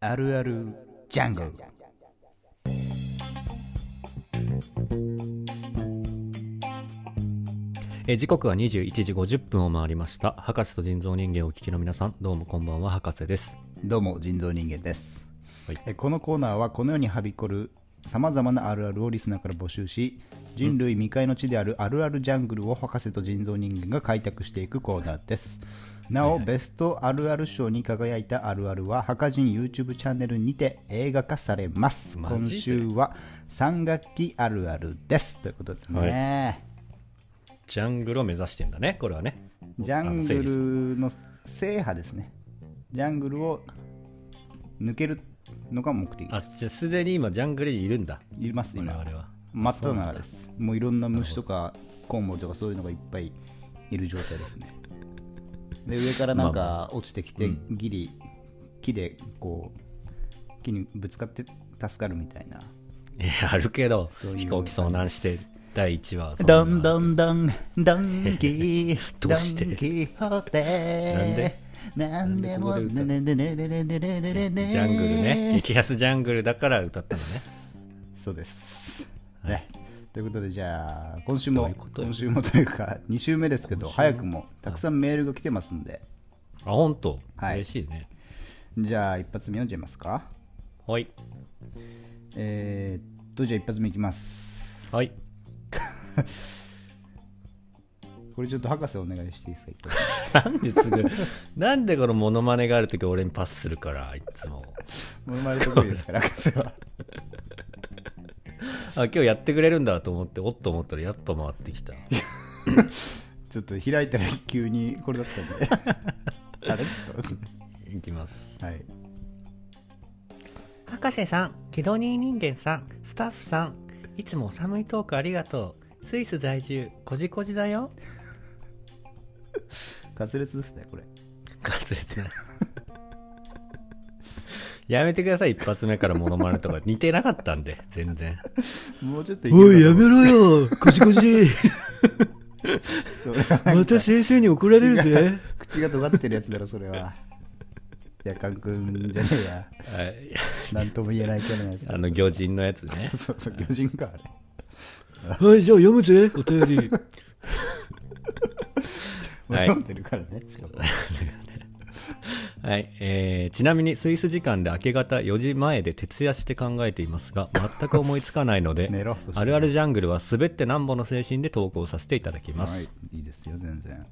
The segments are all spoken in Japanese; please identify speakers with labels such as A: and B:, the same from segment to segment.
A: あるあるジャングル
B: えー時刻は21時50分を回りました博士と人造人間をお聞きの皆さんどうもこんばんは博士です
A: どうも人造人間です、
B: はい
A: えこのコーナーはこの世にはびこるさまざまなあるあるをリスナーから募集し人類未開の地であるあるあるジャングルを博士と人造人間が開拓していくコーナーですなお、ベストあるある賞に輝いたあるあるは博人 YouTube チャンネルにて映画化されます
B: マジ
A: 今
B: で
A: 週は3学期あるあるですということですね、
B: ジャングルを目指してんだねこれはね
A: ジャン
B: あの整理する
A: グルの制覇ですね。ジャングルを抜けるのが目的
B: あじゃあすでに今ジャングルにいるんだ
A: います、
B: 我々
A: 今。
B: は
A: 真っ只中です。もういろんな虫とかコウモリとかそういうのがいっぱいいる状態です ね。で、上からなん
B: ま
A: か落ちてきて、ギリ、木でこう、木にぶつかって助かるみたいな。
B: いやあるけど
A: そういう
B: 飛行機遭難して第1話はそんな
A: どんどんどんどんき
B: どうして
A: ドンキホー
B: なんで
A: テなんでも
B: なんでここで歌う
A: ねねねねねねねねねね
B: ジャングルね激安ジャングルだから歌ったのね
A: そうですねということでじゃあ今週も
B: どういうことよ
A: 今週もというか2週目ですけど早くもたくさんメールが来てますんで
B: あ本当、
A: はい
B: 嬉しいね
A: じゃあ一発目読んじゃいますか
B: はい
A: えーっとじゃあ一発目いきます
B: はい
A: これちょっと博士お願いしていいですか一発
B: なんですぐなんでこのモノマネがある時俺にパスするからいつも
A: 目もう生まれ得意ですから博士は
B: あ今日やってくれるんだと思っておっと思ったらやっぱ回ってきた
A: ちょっと開いたら急にこれだったんであれと
B: いきます
A: はい
B: 博士さんキドニー人間さんスタッフさんいつもお寒いトークありがとうスイス在住こじこじだよ
A: 滑舌ですねこれ
B: 滑舌な やめてください一発目からモノマネとか似てなかったんで全然
A: もうちょっといけるかな
B: ろ よこじこじ
A: それはなんか
B: また先生に怒られるぜ
A: 口が尖ってるやつだろそれは夜間くんじゃねえやなんとも言えないキャラのやつ
B: あの魚人のやつね
A: そうそう魚人かあれ
B: はいじゃあ読むぜお便り
A: もう
B: はい
A: 読んでるからねしかも
B: はい、えーちなみにスイス時間で明け方4時前で徹夜して考えていますが全く思いつかな いので
A: 寝ろそして
B: あるあるジャングルは滑ってなんぼの精神で投稿させていただきます、
A: はいいいですよ全然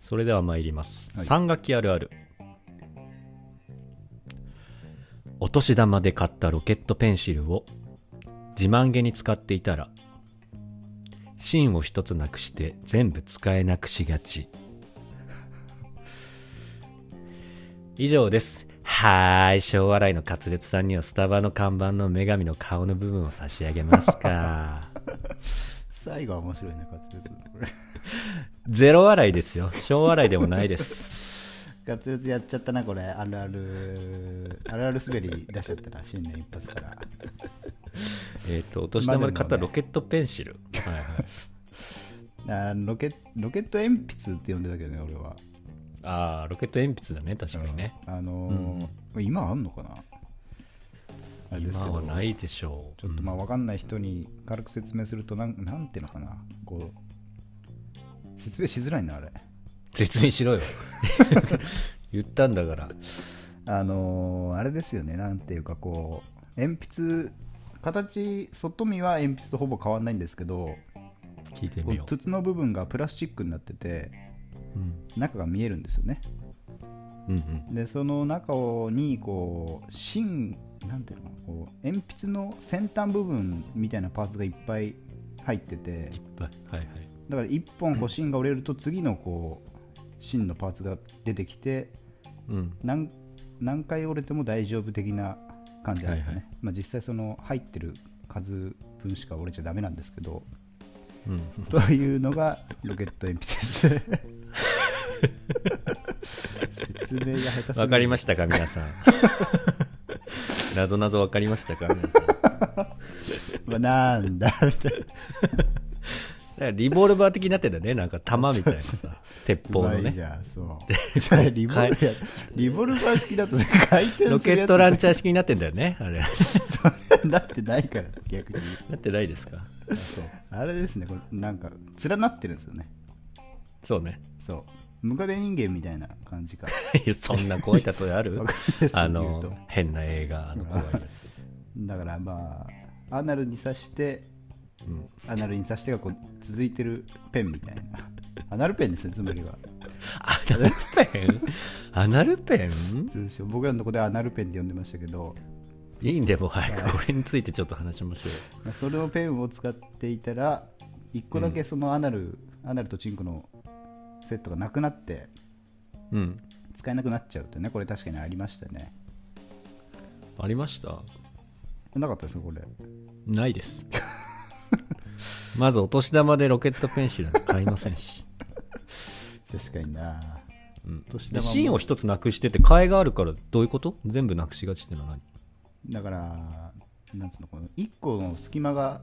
B: それでは参ります、
A: はい
B: 3学期あるあるお年玉で買ったロケットペンシルを自慢げに使っていたら芯を一つなくして全部使えなくしがち 以上ですはーい小笑いの滑舌さんにはスタバの看板の女神の顔の部分を差し上げます か
A: 最後は面白いね滑舌これ
B: ゼロ笑いですよ小笑いでもないです
A: 滑舌やっちゃったなこれあるあるあるある滑り出しちゃったな新年一発から
B: えっ、と、お年玉で買ったロケットペンシル。はいはい、
A: あーロケロケット鉛筆って呼んでたけどね俺は
B: ああ、ロケット鉛筆だね、確かにね。
A: あのー今あんのかなあれですけ
B: 今
A: ど
B: はないでしょう。
A: ちょっとまあ分かんない人に軽く説明するとなんなんていうのかなこう説明しづらいなあれ
B: 説明し ろよ。言ったんだから。
A: あのーあれですよねなんていうかこう鉛筆形外見は鉛筆とほぼ変わんないんですけど
B: 聞いて
A: こ
B: みよ
A: う
B: う。
A: 筒の部分がプラスチックになってて
B: うん、
A: 中が見えるんですよね
B: うん、うん。
A: でその中をにこう芯なんていうのかなこう鉛筆の先端部分みたいなパーツがいっぱい入ってて
B: いっぱい。はいはい。
A: だから1本こう芯が折れると次のこう芯のパーツが出てきて
B: うん。
A: 何何回折れても大丈夫的な感じなんですかね、
B: はい
A: まあ、実際その入ってる数分しか折れちゃダメなんですけど
B: うん、
A: というのがロケット鉛 筆です説明が下手す
B: わかりま したか皆さんなぞなぞわかりましたか皆さん
A: まあ、なんだみたいな
B: からリボルバー的になってんだねなんか弾みたいな さ鉄砲の
A: うまい
B: ね
A: じゃん そう。それリボルやリボルバー式だと回転するやつ
B: ロケットランチャー式になってんだよねあれ
A: それなってないから逆に。
B: なってないですかあそう
A: あれですね、これなんか連なってるんですよね。
B: そうね
A: そう。ムカデ人間みたいな感じか。
B: いや そんな怖い例えある
A: わかんないです
B: あ
A: 言うと
B: の変な映画あの怖いや
A: だからまあ、アナルに刺して、
B: つ、うん、
A: アナルに刺してがこう続いてるペンみたいな。アナルペンですね、つまりは。
B: アナルペンアナルペン
A: 通称、僕らのとこではアナルペンって呼んでましたけど、
B: いいんでもう早くこれについてちょっと話しましょ
A: まあそれのペンを使っていたら、一個だけそのアナル、アナルとチンコのセットがなくなって、
B: ううん
A: 使えなくなっちゃうってね、これ確かにありましたね。
B: ありました
A: なかったですか、これ。
B: ないです まずお年玉でロケットペンシルなんて買いません し、
A: 確かにな。
B: うん、
A: 年
B: で
A: 玉も
B: 芯を一つなくしてて替えがあるからどういうこと全部なくしがちってのは何
A: だから、なんつうの、この1個の隙間が、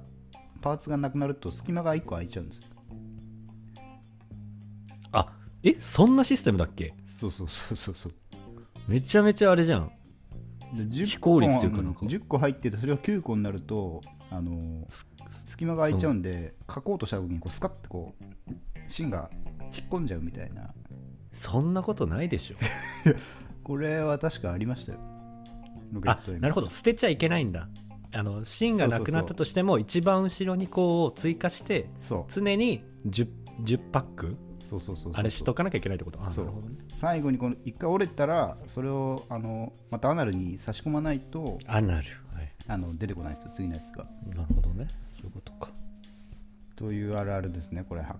A: パーツがなくなると隙間が1個空いちゃうんですよ。
B: あえそんなシステムだっけ
A: そうそうそうそうそう。
B: めちゃめちゃあれじゃん
A: で
B: 非効率というかなんか
A: うん10個入ってて、それが9個になると、あの
B: すす
A: 隙間が空いちゃうんで、書こうとした時にこうスカッてこう、芯が引っ込んじゃうみたいな。
B: そんなことないでしょ
A: これは確かありましたよ。ロケ
B: あ
A: ットに
B: なるほど捨てちゃいけないんだあの芯がなくなったとしても一番後ろにこう追加して
A: そう
B: 常に 10, 10パック
A: そうそうそうそう。
B: あれしとかなきゃいけないってことあ
A: そう
B: なるほどね
A: 最後にこの1回折れたら、それをあのまたアナルに差し込まないと
B: あなる、はい、
A: あの出てこないんですよ、次のやつが。
B: なるほどねそういうことか
A: というあるあるですね、これは、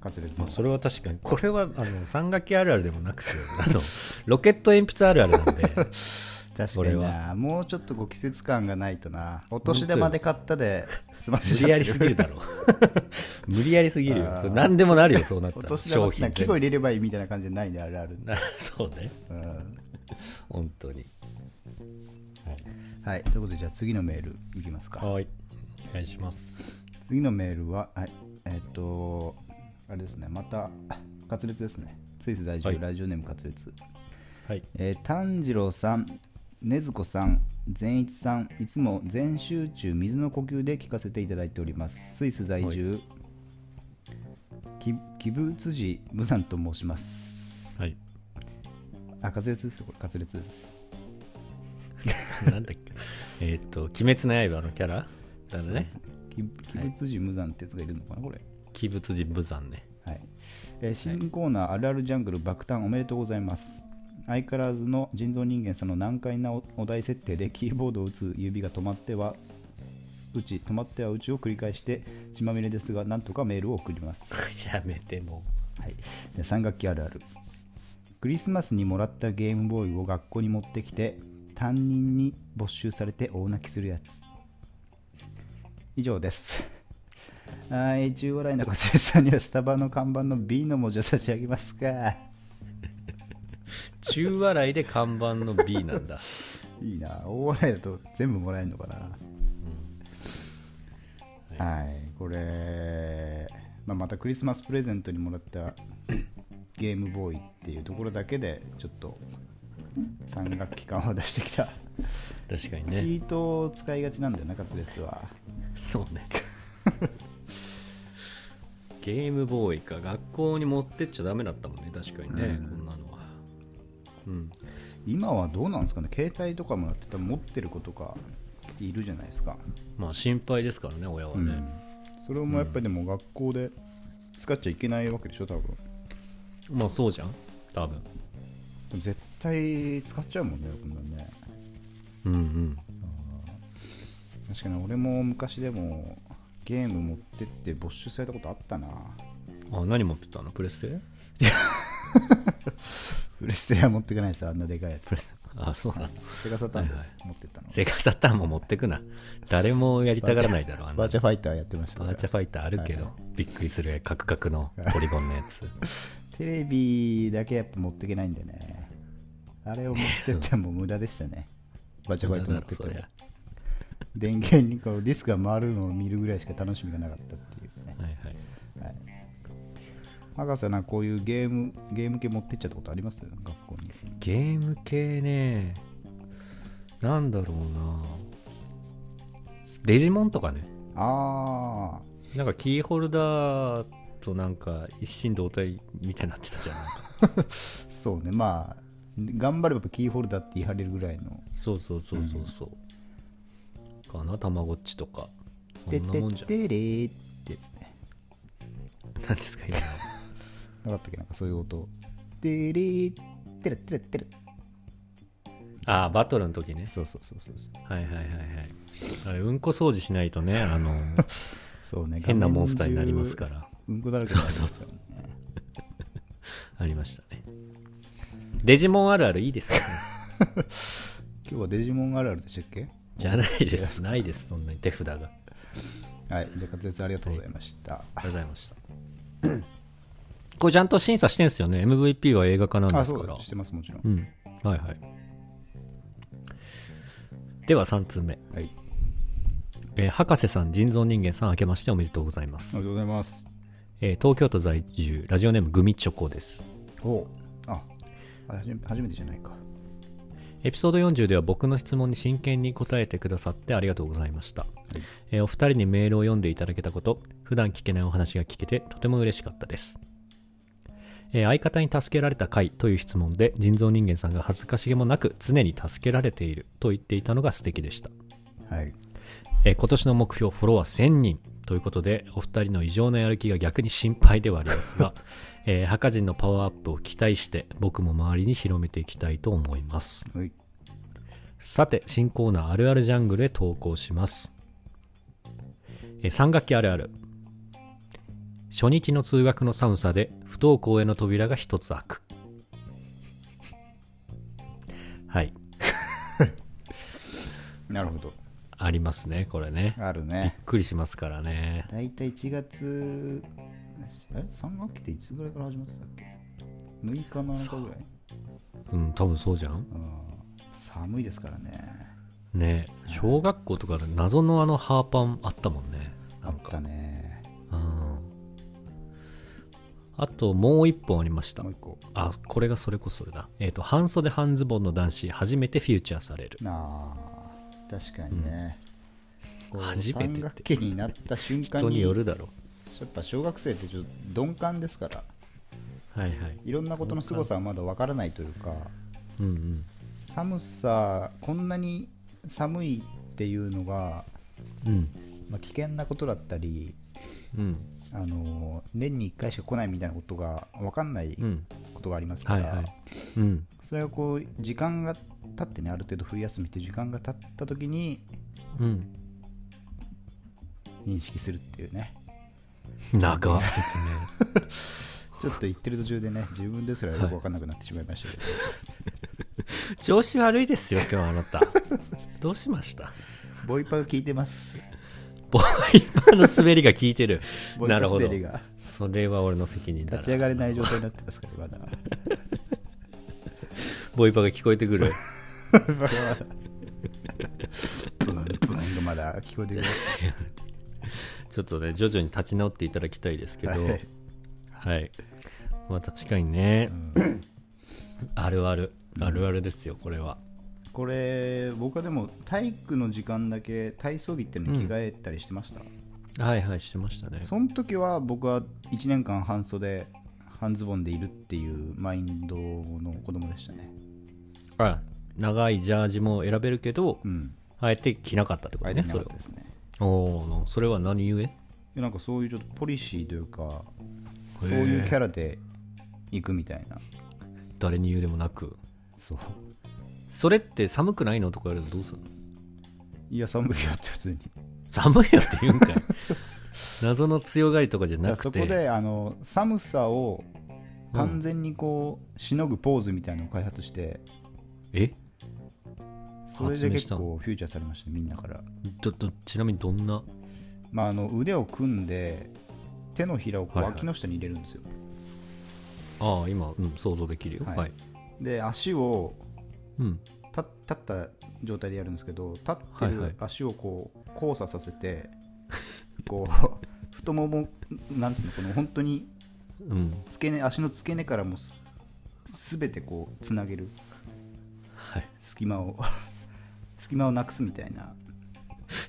A: カツレツ
B: ま
A: の。
B: あ、それは確かにこれはあの三学期あるあるでもなくて あのロケット鉛筆あるあるなん で
A: 確
B: そ
A: か
B: れ
A: に
B: は
A: な、もうちょっとご季節感がないとな、お年玉で買った で済ませ
B: 無
A: ちゃ
B: 理
A: って
B: やりすぎるだろ 無理やりすぎるよ
A: あー
B: それ何でもなるよそうなった
A: お
B: ら
A: 年玉
B: 商
A: ってな
B: 品
A: んか季
B: 全
A: 語
B: 部
A: 入れればいいみたいな感じじゃないんで、あるある。
B: な そうね
A: うん
B: 本当に
A: はい、ということで、じゃあ次のメールいきますか。
B: はいお願いします
A: 次のメールは、はい、えっと、あれですね、また、カツレツですね。スイス在住、
B: はい
A: ラジオネームカツレツ。
B: はい
A: えー炭治郎さん、禰豆子さん、善一さん、いつも全集中水の呼吸で聞かせていただいております。スイス在住、き鬼舞辻無惨と申します。
B: はい
A: あ、滑裂ですよ、これ、滑裂です。
B: なんだっけえーっと「鬼滅の刃」のキャラだね
A: き鬼舞辻無惨ってやつがいるのかな、これ。
B: 鬼物人武山ね
A: はいえー新コーナー、あるあるジャングル爆誕おめでとうございます相変わらずの人造人間さんの難解なおお題設定でキーボードを打つ指が止まっては打ち止まっては打ちを繰り返して血まみれですがなんとかメールを送ります、
B: やめても
A: はい、で3学期あるあるクリスマスにもらったゲームボーイを学校に持ってきて担任に没収されて大泣きするやつ以上ですはい中央来の小杉さんにはスタバの看板の B の文字を差し上げますか
B: う中笑いで看板の B なんだ
A: いいな大笑いだと全部もらえるのかな、はいこれ、まあ、またクリスマスプレゼントにもら ったゲームボーイっていうところだけでちょっと3学期間を出してきた、
B: 確かに
A: チ
B: ね
A: ートを使いがちなんだよな滑舌は
B: そうねゲームボーイか学校に持ってっちゃダメだったもんね確かにね、
A: うん
B: こんなのはうん
A: 今はどうなんですかね携帯とかもらってたら持ってる子とかいるじゃないですか、
B: まあ心配ですからね親は
A: う
B: ね、
A: ん、それもやっぱりでも学校で使っちゃいけないわけでしょ多分
B: まあそうじゃん多分
A: でも絶対使っちゃうもんねこんなんね
B: うんうん
A: 確かに俺も昔でもゲーム持ってって没収されたことあったな
B: あ何持ってたのプレステ
A: プレステは持ってかないですあんなでかいやつ
B: あそうなの
A: セガサターンです、
B: はい
A: 持ってったの
B: セガサターンも持ってくな誰もやりたがらないだろうあんな
A: バーチャファイターやってました
B: バ
A: から
B: ーチャファイターあるけど、びっくりするカクカクのポリゴンのやつ
A: テレビだけやっぱ持っていけないんでねあれを持ってっても無駄でしたねバーチャファイター持ってって
B: そ
A: も
B: りゃ
A: 電源にこうディスクが回るのを見るぐらいしか楽しみがなかったっていうね
B: はいはい
A: 博士はなんかこういうゲームゲーム系持ってっちゃったことあります学校に
B: ゲーム系ねなんだろうなデジモンとかね
A: あ
B: なんかキーホルダーとなんか一心同体みたいになってた じゃんなんか
A: あそうねまあ頑張ればキーホルダーって言われるぐらいの
B: そうそうそうそうそう、かなたまごっちとか
A: 「
B: そ
A: て
B: んな
A: て
B: も
A: っ
B: んじゃん
A: てれー」ってやつね
B: 何ですか今の
A: なかったっけなんかそういう音「てれーてれてれてれ」
B: ああバトルの時ね
A: そうそうそうそうそう
B: はいはいはいはいあれうんこ掃除しないとねあの
A: そうね
B: 変なモンスターになりますから
A: うんこだらけになりますからね
B: ありましたねデジモンあるあるいいですか、
A: 今日はデジモンあるあるでしたっけ
B: じゃないですないですそんなに手札がありが
A: はいじゃあ滑舌ありがとうございました、
B: とうございました これちゃんと審査してんすよね MVP は映画化なんで
A: あ
B: す
A: そ
B: から
A: うしてますもちろん、
B: うんはいはいでは3通目、
A: はい
B: えー博士さん人造人間さん明けましておめでとうござい
A: あり
B: ま
A: が
B: す
A: と、うございます
B: えー東京都在住ラジオネームグミチョコです
A: おうあはじめ初めてじゃないか
B: エピソード40では僕の質問に真剣に答えてくださってありがとうございました、
A: い
B: えーお二人にメールを読んでいただけたこと普段聞けないお話が聞けてとても嬉しかったです、えー相方に助けられた回という質問で人造人間さんが恥ずかしげもなく常に助けられていると言っていたのが素敵でした、
A: はい
B: えー今年の目標フォロワー1000人ということでお二人の異常なやる気が逆に心配ではありますが、えー、ハカ人のパワーアップを期待して僕も周りに広めていきたいと思います
A: はい
B: さて新コーナーあるあるジャングルへ投稿しますえー三学期あるある初日の通学の寒さで不登校への扉が一つ開くはい
A: なるほど
B: ありますねこれね
A: ある
B: びっ
A: ね
B: くりしますからね
A: 大体1月あれ3学期っていつぐらいから始まってたっけ6日7日ぐらい
B: うん多分そうじゃん
A: うん寒いですからね
B: ね小学校とかで謎のあのハーパンあったもんね
A: あ
B: なん
A: っ
B: か
A: たね
B: うんあともう一本ありました
A: もう一個
B: あこれがそれこそそれだえっ、と半袖半ズボンの男子初めてフューチャーされる
A: あー確かにね、こう
B: 初めてって
A: 3学期になった瞬間
B: 人
A: に
B: によるだろ
A: やっぱ小学生ってちょっと鈍感ですから
B: うはいはい
A: いろんなことの凄さはまだわからないというか
B: うんうん
A: 寒さこんなに寒いっていうのが、
B: うん
A: まあ、危険なことだったり
B: うん
A: あの年に1回しか来ないみたいなことが分かんない
B: うん
A: ことがありますか
B: はい
A: ら、
B: はいうん
A: それがこう時間が経ってねある程度冬休みっていう時間が経った時に
B: うん
A: 認識するっていう ね
B: 長っ説
A: ちょっと言ってる途中でね自分ですらよく分かんなくなってしまいましたけど、
B: 明調子悪いですよ今日あなた どうしました
A: ボイパが効いてます
B: ボイパの滑りが効いてる
A: ボイ
B: な
A: パ
B: るほ
A: 滑
B: ど
A: りが
B: それは俺の責任だ
A: 立ち上がれない状
B: 態
A: 態になってますからまだ
B: ボイパが聞こえてくる
A: まだ まだブンブンがまだ聞こえてくる
B: ちょっとね徐々に立ち直っていただきたいですけど
A: は
B: はい
A: い、
B: まあ確かにね、あるあるあるあるですよこれは
A: これ僕はでも体育の時間だけ体操着っていうのに着替えたりしてました、
B: はいはいしてましたね
A: その時は僕は1年間半袖半ズボンでいるっていうマインドの子供でしたね
B: あ長いジャージも選べるけど
A: うん
B: あえて着なかったってこ
A: あ
B: と
A: えて
B: ね
A: なか
B: それ
A: っ
B: は
A: たですね
B: おおそれは何故
A: いやなんかそういうちょっとポリシーというかそういうキャラで行くみたいな
B: 誰に言うでもなく
A: そう
B: それって寒くないのとか言われるとどうするの
A: いや寒いよって普通に
B: 寒いよって言うんかい 謎の強がりとかじゃ
A: じゃ
B: な
A: あ
B: く
A: そ
B: て
A: こであの寒さを完全にこうしのぐポーズみたいなのを開発して、
B: え
A: それで
B: 発明
A: 結
B: したの
A: 構フューチャーされましたみんなから、
B: どどちなみにどんな
A: まあ、あの腕を組んで手のひらをこう
B: はいはい
A: 脇の下に入れるんですよ、
B: ああ今、うん、想像できるよ
A: は
B: はいい、
A: で足を
B: うん
A: 立立った状態でやるんですけど立って
B: はいはい
A: る足をこう交 差させて、こう太ももなんつうのこの本当に
B: うん
A: 付け根足の付け根からもす全てこうつなげる
B: はい
A: 隙間を 隙間をなくすみたいな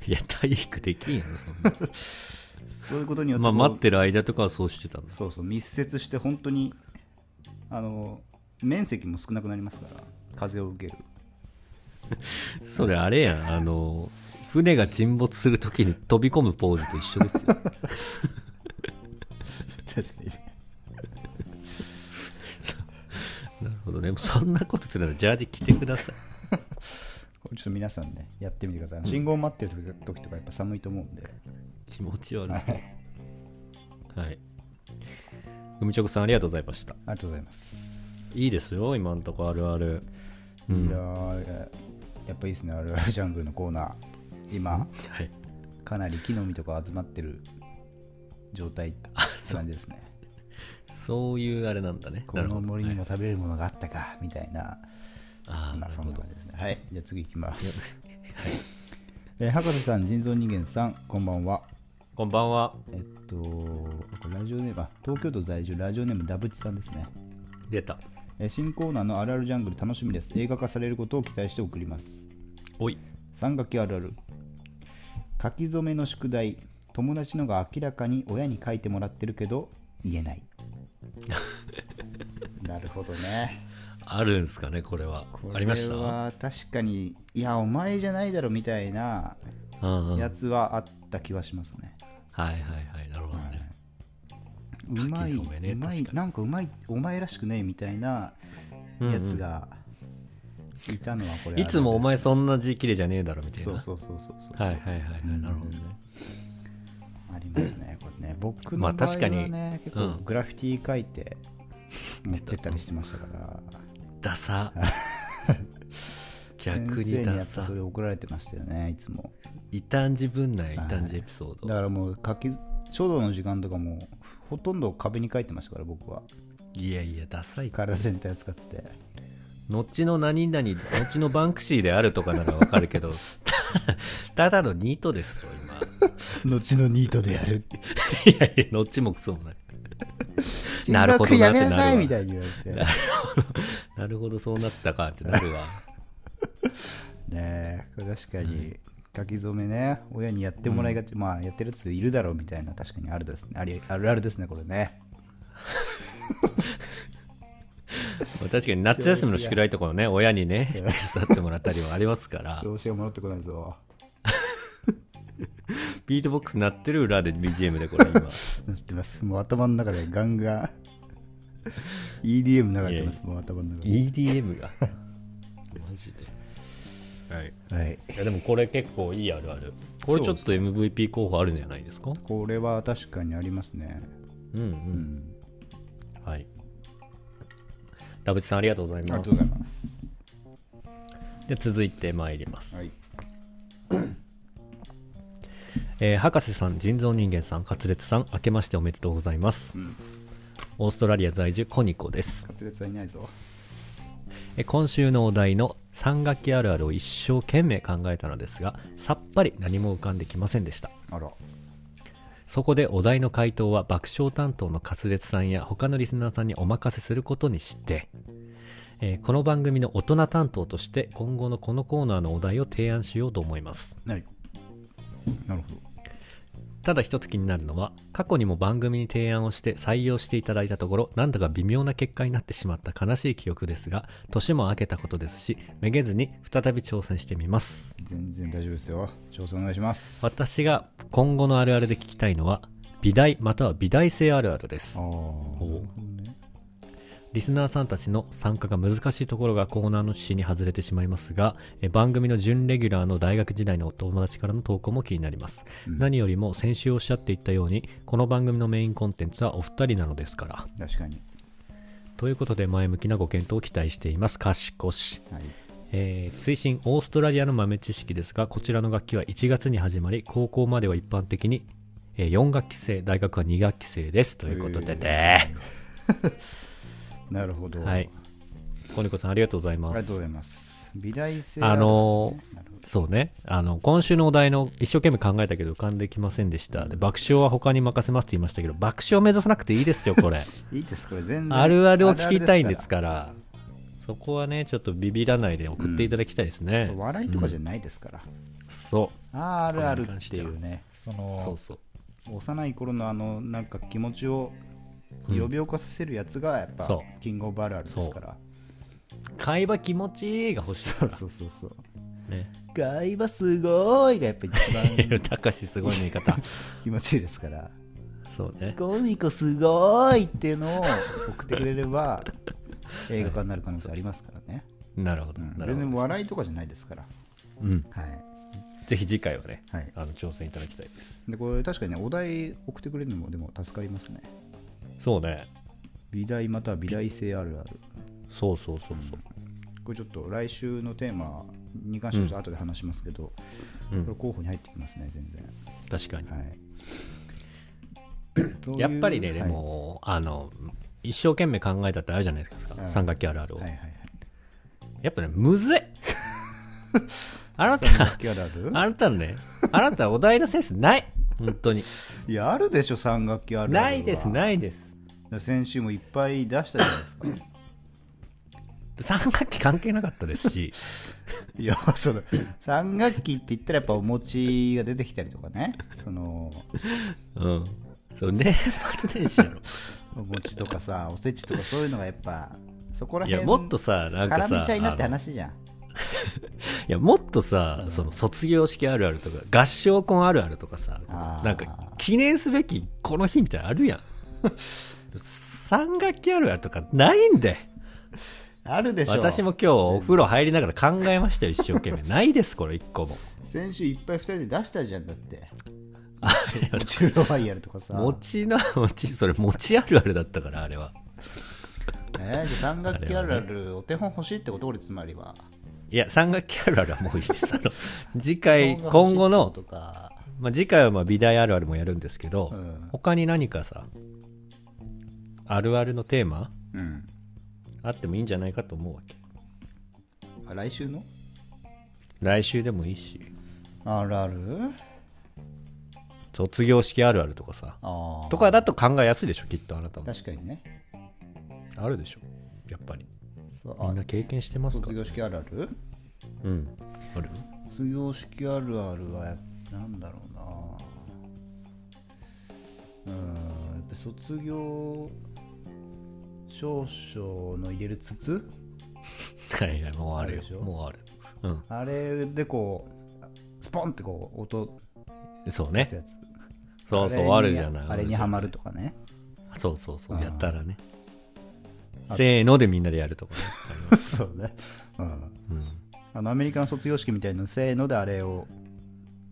A: い
B: や体育できんやろそんな
A: そういうことによって
B: まあ
A: こう
B: 待ってる間とかはそうしてたんです
A: そうそう密接して本当にあの面積も少なくなりますから風を 受ける
B: それあれやんあの船が沈没するときに飛び込むポーズと一緒ですよ
A: 確かに
B: なるほどねそんなことするならジャージ着てください
A: これちょっと皆さんねやってみてください信号待ってる時時とかやっぱ寒いと思うんで
B: 気持ち悪い
A: はいあ
B: はい海直さんありがとうございました
A: りがとうございます、
B: いいですよ今んとこあるあるうん
A: いやーやっぱいいですねあるあるジャングルのコーナー今
B: はい
A: かなり木の実とか集まってる状態って感じですね
B: そういうあれなんだね
A: こ
B: なる
A: の
B: ほど
A: 森にも食べれるものがあったかみたいな
B: ああ
A: ま
B: な
A: あ
B: る
A: そ
B: ほ
A: んな
B: ど
A: 感じですねはいじゃあ次いきます えー博士さん人造人間さんこんばんは
B: こんばんは
A: えっとこれラジオネームあ東京都在住ラジオネームダブチさんですね
B: 出た
A: えー新コーナーのあるあるジャングル楽しみです映画化されることを期待して送ります
B: おい
A: 三書きあるある書き初めの宿題友達のが明らかに親に書いてもらってるけど言えない なるほどね
B: あるんすかねこれはありました
A: これは確かにいやお前じゃないだろみたいな
B: うんうん、は
A: や
B: い
A: つはあった気はしますね、
B: はいはいなるほどね、
A: うまい、
B: 書き初めね
A: うまい
B: 確かに
A: なんかうまいお前らしくねみたいなやつがいたのはこれ、
B: いつもお前
A: そ
B: そんな字綺麗じゃねえだろみたいな
A: そうそうそうそうそう
B: はいはいはいはい、
A: うん
B: なるほどね
A: ありますねこれね僕の
B: まあ
A: 場合は
B: 確かに
A: ね、結構
B: うん
A: グラフィティ書いて持ってったりしてましたから
B: ダサ
A: 先
B: 逆
A: 生
B: に
A: にや
B: ダ
A: っぱ
B: サ
A: それ怒られてましたよねいつも
B: 異端児文内異
A: はい
B: 端児エピソー
A: だ
B: ド
A: からもう書き書道の時間とかもほとんど壁に書いてましたから僕はい
B: やいやダサい
A: 体全体を使って
B: 後の何々後のバンクシーであるとかならわかる けどただのニートですよ
A: 後のニートでやるって
B: 今いやいや後もクソもない なるほど
A: 人
B: なっ
A: 格や
B: て
A: めなさい
B: な
A: み
B: るわ
A: たいに言われて
B: なるほどなるほどそうなったかって なるわ
A: ねえこれ確かに書き初めね親にやってもらいがち、まあやってるやついるだろうみたいな確かにあるですねありあるあるですねこれね
B: 確かに夏休みの宿題とかをね親に ね手伝ってもらったりはありますから
A: 調子が戻ってこないぞ
B: ビートボックス鳴ってる裏で BGM でこれ 今
A: なってますもう頭の中でガンガン EDM 流れてますもう頭の中で
B: EDM がマジではい
A: はい
B: いやでもこれ結構いいあるあるこれちょっと MVP 候補あるんじゃないですか
A: これは確かにありますね
B: うんう
A: うんん
B: はい田淵さんありがとうござい
A: ありが
B: ま
A: と
B: す
A: うございます
B: で続いて参ります、
A: はい
B: えー博士さん人造人間さん滑舌さん明けましておめでとうございます、
A: ん
B: オーストラリア在住コニコです
A: 滑舌はいないぞ
B: えー今週のお題の「三学期あるある」を一生懸命考えたのですがさっぱり何も浮かんできませんでした
A: あら
B: そこでお題の回答は爆笑担当の滑舌さんや他のリスナーさんにお任せすることにして、えーこの番組の大人担当として今後のこのコーナーのお題を提案しようと思います
A: ないなるほど
B: ただ一つ気になるのは過去にも番組に提案をして採用していただいたところなんだか微妙な結果になってしまった悲しい記憶ですが年も明けたことですしめげずに再び挑戦してみます
A: 全然大丈夫ですよ調査お願いしますあ
B: 私が今後のあるあるで聞きたいのは美大または美大生あるあるです
A: あーなるほどね
B: リスナーさんたちの参加が難しいところがコーナーの趣旨に外れてしまいますがえ番組の準レギュラーの大学時代のお友達からの投稿も気になります、
A: うん
B: 何よりも先週おっしゃっていたようにこの番組のメインコンテンツはお二人なのですから
A: 確かに
B: ということで前向きなご検討を期待していますかしこし
A: はい
B: えー追伸オーストラリアの豆知識ですがこちらの楽器は1月に始まり高校までは一般的に4学期制大学は2学期制ですということでね、
A: なるほど
B: はいコニコさんありがとうござい
A: あ
B: ま
A: り
B: す
A: がとうございます美大生
B: あの
A: なるほ
B: そうねあの今週のお題の一生懸命考えたけど浮かんできませんでしたで爆笑は他に任せますって言いましたけど爆笑目指さなくていいですよこ れ
A: いいですこれ全然
B: あるあるを聞きたいんです
A: か
B: からそこはねちょっとビビらないで送っていただきたいですね、
A: ら笑いとかじゃないですから、
B: そ
A: あーあるある
B: これに関
A: っ
B: して
A: て
B: は
A: いうねそう
B: そう
A: の
B: そう
A: 幼い頃のあのなんか気持ちを呼び起こさせるやつがやっぱ、
B: そう
A: キングオブあるあるですから
B: 会話気持ちいいが欲しい
A: そうそうそうそう
B: ね
A: 会話すごいがやっぱ一番
B: たかしすごいの言 い方
A: 気持ちいいです から
B: そうね
A: コミコすごいっていうのを 送ってくれれば映画化になる可能性ありますからね、
B: なるほど
A: うん
B: なる
A: 全
B: ほ
A: 然
B: ど、
A: 笑いとかじゃないですから
B: うん、
A: はい
B: ぜひ次回はね、
A: はい
B: あの挑戦いただきたいです
A: でこれ確かにねお題送ってくれるのもでも助かりますね
B: そうね
A: 美大または美大生あるある
B: そうそうそうそう
A: これちょっと来週のテーマに関してはちょっと後で話しますけど、
B: うん
A: これ候補に入ってきますね全然
B: 確かに、
A: はい
B: やっぱりね
A: という
B: でも、あの一生懸命考えたってあるじゃないですか、
A: うん
B: 三角形あるあるを、
A: はいはいはいはい
B: やっぱねむずい あな
A: 三
B: た
A: 角形あるある
B: あなたのねあなたお題のセンスない本当に
A: いやあるでしょ三角形あるあるは
B: ないですないです
A: 先週もいっぱい出したじゃない ですか
B: 三角形関係なかったですし
A: いやその三学期って言ったらやっぱお餅が出てきたりとかねその
B: うんそう年末年始やろ
A: お餅とか さおせちとかそういうのがやっぱそこら
B: い
A: 辺
B: やもっとさなんか
A: 絡
B: さ
A: めちゃいなって
B: あの
A: 話じゃん
B: いやもっとさ、その卒業式あるあるとか合唱コンあるあるとかさ
A: あー
B: なんか記念すべきこの日みたいなのあるやん 三学期あるあるとかないんで
A: あるでしょ
B: 私も今日お風呂入りながら考えました よ一生懸命ないですこれ一個も
A: 先週いっぱい2人で出したじゃんだってモチロワイヤルとかさ
B: 餅の餅それ餅あるあるだったからあれは
A: えーじゃあ三学期あるあ
B: あれ
A: るお手本欲しいってこと俺つまりはい
B: や三学期あるあるはもうい いですあの次回
A: 手本
B: 今後
A: が欲しいってこと
B: の、
A: か
B: まあ、次回はまあ美大あるあるもやるんですけど、
A: うん、
B: 他に何かさあるあるのテーマ
A: うん、
B: あってもいいんじゃないかと思うわけ
A: あ来週の
B: 来週でもいいし
A: あるある
B: 卒業式あるあるとかさ
A: あー
B: とかだと考えやすいでしょきっとあなたも
A: 確かにね
B: あるでしょやっぱり
A: そう
B: み
A: あ
B: んな経験してますか
A: 卒業式あるある
B: うんある
A: 卒業式あるあるはやっぱなんだろうなうんやっぱ卒業証書の入れる筒
B: はいはいもうある
A: あるでし
B: よ
A: ょ
B: もうあるうん
A: あれでこうスポンってこう音
B: そう
A: 出
B: ね
A: すやつ
B: そうそうあ
A: あれ
B: る
A: に
B: じゃない
A: あれにはまる
B: と
A: とか ね
B: そうそうそううんやったらねせーのでみんなでやるとかね
A: そうね、うん、
B: うん
A: あのアメリカの卒業式みたいなせーのであれを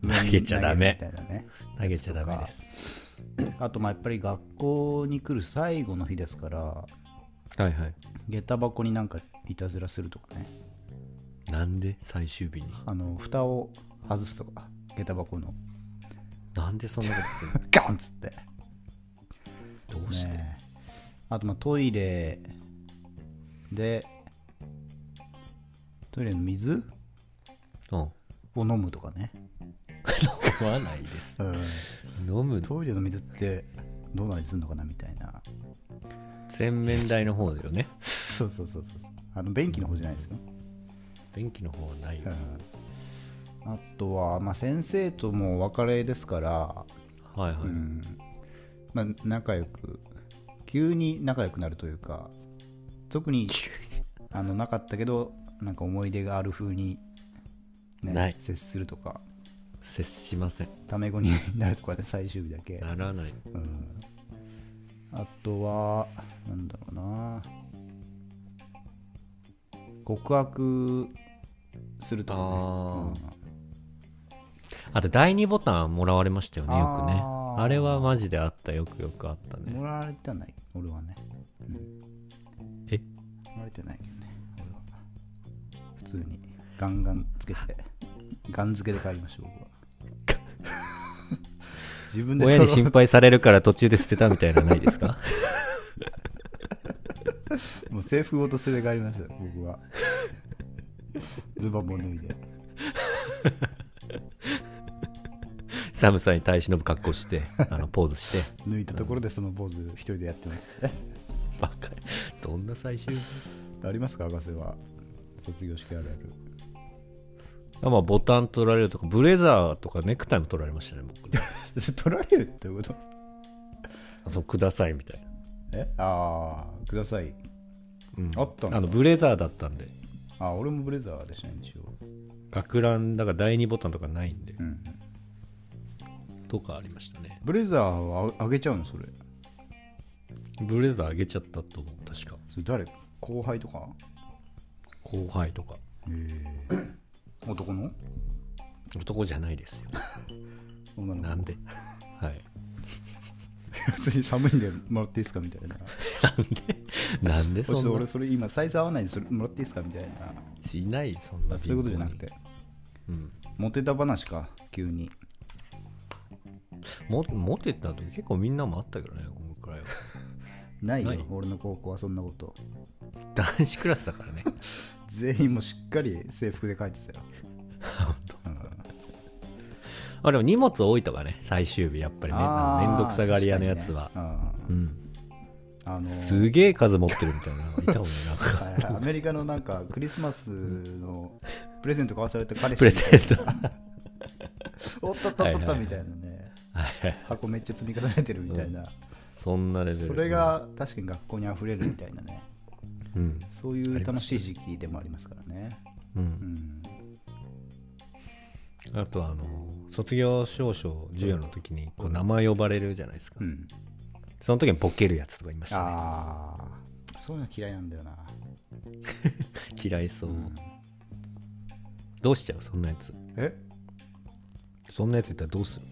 B: 投げちゃダメ
A: 投げるみたいなね
B: 投げちゃダメです
A: あとまあやっぱり学校に来る最後の日ですから
B: はいはい
A: 下駄箱になんかいたずらするとかね
B: なんで最終日に
A: あの蓋を外すとか下駄箱の
B: なんでそんなことするの
A: ガンっつって
B: どうして、
A: ねあとまあトイレでトイレの水
B: うん飲
A: を飲むとかね、
B: まないです
A: うん、
B: 飲む
A: トイレの水ってどうなりするのかなみたいな
B: 洗面台の方だよね
A: そうそうそうそうあの便器の方じゃないですよ、
B: 便器の方はないよ
A: うん、あとは、まあ、先生ともお別れですから、
B: はいはい、
A: うんまあ、仲良く急に仲良くなるというか特にあのなかったけどなんか思い出がある風に、ね、
B: ない
A: 接するとか
B: 接しません
A: タメ語になるとかね最終日だけ、
B: ならない
A: うん、あとはなんだろうな告白するとかね、
B: あー
A: うん
B: あと第2ボタンもらわれましたよねよくね
A: あー
B: あれはマジであったよくよくあったね
A: もらわれてはない俺はね、うん、
B: え
A: もられてないけどね俺は普通にガンガンつけてガン付けで帰りましょう僕は 自分で
B: 親に
A: その
B: 心配されるから途中で捨てたみたいなのないですか
A: もう制 服ごと捨てて帰りましたよ僕はズボンも脱いで
B: 寒さに耐え忍ぶ格好して、あのポーズして、
A: 抜いたところでその坊主一人でやってましたね
B: ばっかり。どんな最終
A: ありますか博士は卒業式あるある
B: あまあ、ボタン取られるとか、ブレザーとかネクタイも取られましたね、僕。
A: 取られるってこと
B: あそう、くださいみたいな。
A: えああください
B: うん、
A: あったんだ
B: あのブレザーだったんで、
A: あ俺もブレザーでしたね一応
B: 学ランだから第2ボタンとかないんで、
A: ん
B: とかありましたね。
A: ブレザーはああげちゃうのそれ
B: ブレザーあげちゃったと思う、確か。
A: それ誰後輩とか
B: 後輩とか。
A: 男の
B: 男じゃないですよ。
A: 女の子
B: なんで はい。
A: 別に寒いんでもらっていいですかみたい な
B: なんで
A: ちょ
B: そ
A: っと
B: ん
A: 俺
B: な。
A: それ今サイズ合わないんでそれもらっていいですかみたい
B: しない、そんな
A: なそういうことじゃなく
B: 貧乏
A: て
B: に。うん
A: モテた話か急に
B: もモテた時結構みんなもあったけどね、このくらいは。
A: ないよ
B: ない
A: 俺の高校はそんなこと
B: 男子クラスだからね。
A: 全員もしっかり制服で帰って たよ
B: あ、でも荷物多いとかね、最終日、やっぱりね、あ
A: あー
B: のめんどくさがり屋のやつは
A: 確。かにね
B: うん、
A: うんあのー
B: すげえ数持ってるみたいなのがいたもんね、な んか。
A: はいはいアメリカのなんかクリスマスのプレゼント買わされた彼氏
B: プレゼント。
A: おっとっとっとっ
B: はいはい
A: と
B: はい
A: みたいなね
B: はいはい
A: 箱めっちゃ積み重ねてるみたいな、
B: そんなレベル。
A: それ、が確かに学校にあふれるみたいなね
B: うん。
A: そういう楽しい時期でもありますからね
B: う。
A: うんん
B: あと、あの、卒業証書授与の時に、こう、名前呼ばれるじゃないですか
A: う。ん
B: その時にボケるやつとかいましたね。
A: ああそういうの嫌いなんだよな
B: 嫌いそう。どうしちゃうそんなやつ。
A: え
B: そんなやついったらどうする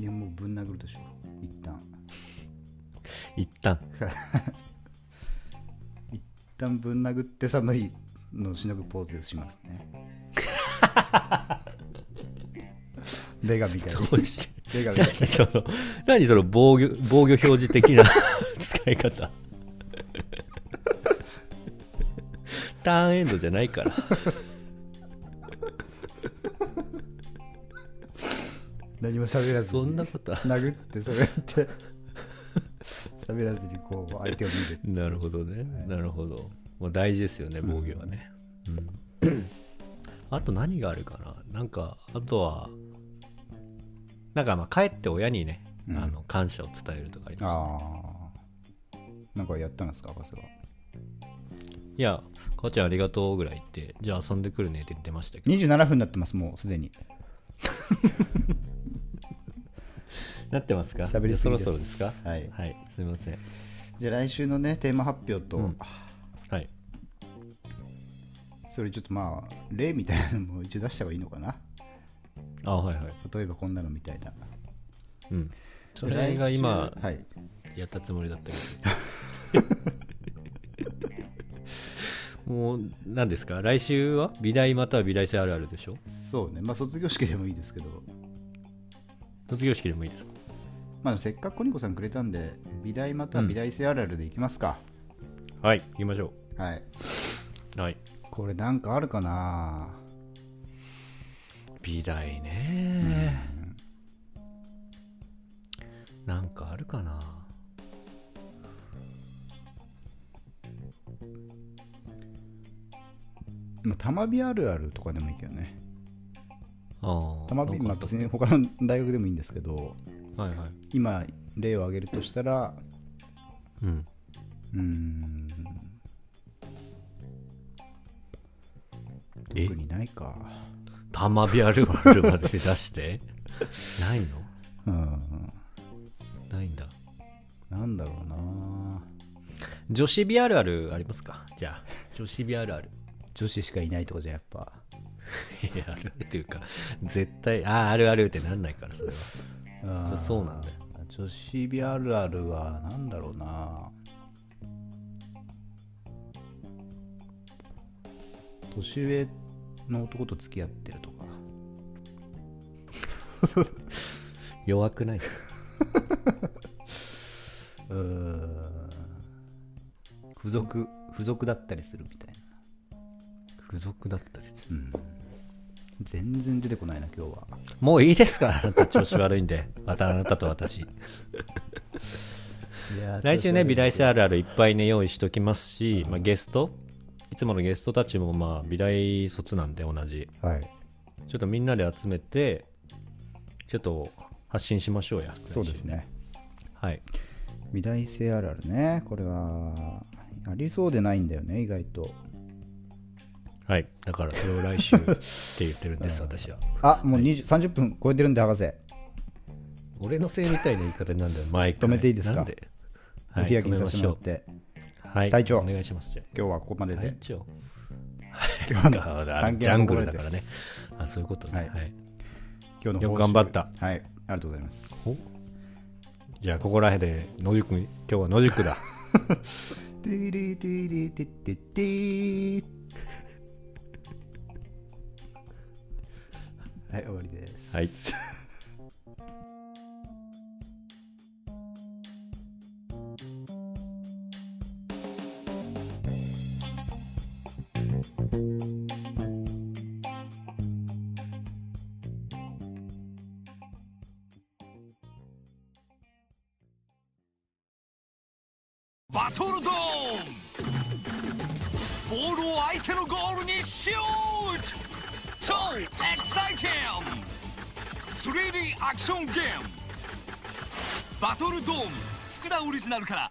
A: いやもうぶん殴るでしょ一旦
B: 一旦。
A: 一旦ぶん殴って寒いのをしのぐポーズします ねベガみたいに
B: どうして
A: ベガみたいに
B: 何 その、何その防御、防御表示的 な使い方。ターンエンドじゃないから。
A: 何も喋らずに
B: そんなことは
A: 殴ってそれやって喋らずにこう相手を見る
B: なるほどね。なるほど。まあ、大事ですよね、防御はね。うん。あと何があるかななんか、あとは、なんかまあ帰って親にね、
A: うん
B: あの感謝を伝えるとかあります
A: ああなんかやったんですか博士はい
B: や、母ちゃんありがとうぐらい言って、じゃあ遊んでくるねって言ってましたけど、
A: 27分になってますもうすでに
B: なってますか
A: 喋りすぎです
B: そろそろですか
A: はい
B: はい、すみません。
A: じゃあ来週のねテーマ発表と、
B: うんはい。
A: それちょっとまあ例みたいなのも一応出した方がいいのかな
B: あ、はいはい。
A: 例えばこんなのみたいな
B: うん。それが今
A: 来週はい
B: やったつもりだったけ ど。もう何ですか来週は美大または美大生あるあるでしょ
A: そうねまあ卒業式でもいいですけど
B: 卒業式でもいいですか
A: まあせっかくコニコさんくれたんで美大または美大生あるあるでいきますか、
B: はい行きましょ
A: はい
B: うんはい
A: これなんかあるかな
B: 美大ねなんかあるかな
A: まあ玉美あるあるとかでもいいけどね
B: ああ
A: 玉
B: な
A: 美
B: んか
A: ま
B: あ
A: あ
B: った
A: 別に他の大学でもいいんですけど
B: はいはい
A: 今例を挙げるとしたら
B: うん
A: うーん
B: え
A: 特にないか
B: 玉火あるあるまで出して ないの
A: うん
B: ないんだ
A: なんだろうな
B: 女子美あるあるありますかじゃあ女子美あるある
A: 女子しかいないとこじゃやっぱ
B: いやあるっていうか絶対あああるあるってなんないからそれはそりゃそうなんだよ
A: あー女子美あるあるはなんだろうな年上の男と付き合ってるとか
B: 弱くない
A: うん付属付属だったりするみたいな
B: 付属だったりする
A: うん全然出てこないな今日は
B: もういいですから、あなた調子悪いんで。またあなたと私。来週ね、美大生あるあるいっぱいね、用意しときますし、まあ、ゲスト、いつものゲストたちも、まあ、美大卒なんで同じ。
A: はい
B: ちょっとみんなで集めて、ちょっと発信しましょうや。
A: そうですね
B: はい。
A: 美大生あるあるねこれはありそうでないんだよね意外と
B: はい。だから、それを来週って言ってるんです、私は。
A: あもう20 30分超えてるんで博士
B: 俺のせいみたいな言い方になんだよ、毎回。
A: 止めていいですか
B: なんで
A: お
B: はい、
A: 開き
B: 止
A: に
B: め
A: さ
B: ま
A: せて
B: し
A: もら
B: ょ
A: って、
B: う。はい。
A: 隊長
B: お願いします。じゃあ
A: 今日はここまでで、
B: 隊長。
A: 今日の
B: ああ
A: 探検
B: ジャング
A: は
B: ル
A: こ
B: だ
A: こま
B: から
A: でで
B: ね
A: す。
B: あそういうことね。
A: は
B: はいい。
A: 今日の
B: よく
A: 報酬
B: 頑張った
A: はいありがとうございます
B: おじゃあ、ここら辺で、野宿に、今日は野宿だ。
A: ティリティリティティティはい終わりです
B: はい。
C: バトルドーンボールを相手のゴールにシュート超エキサイティング 3D アクションゲームバトルドーム福田オリジナルから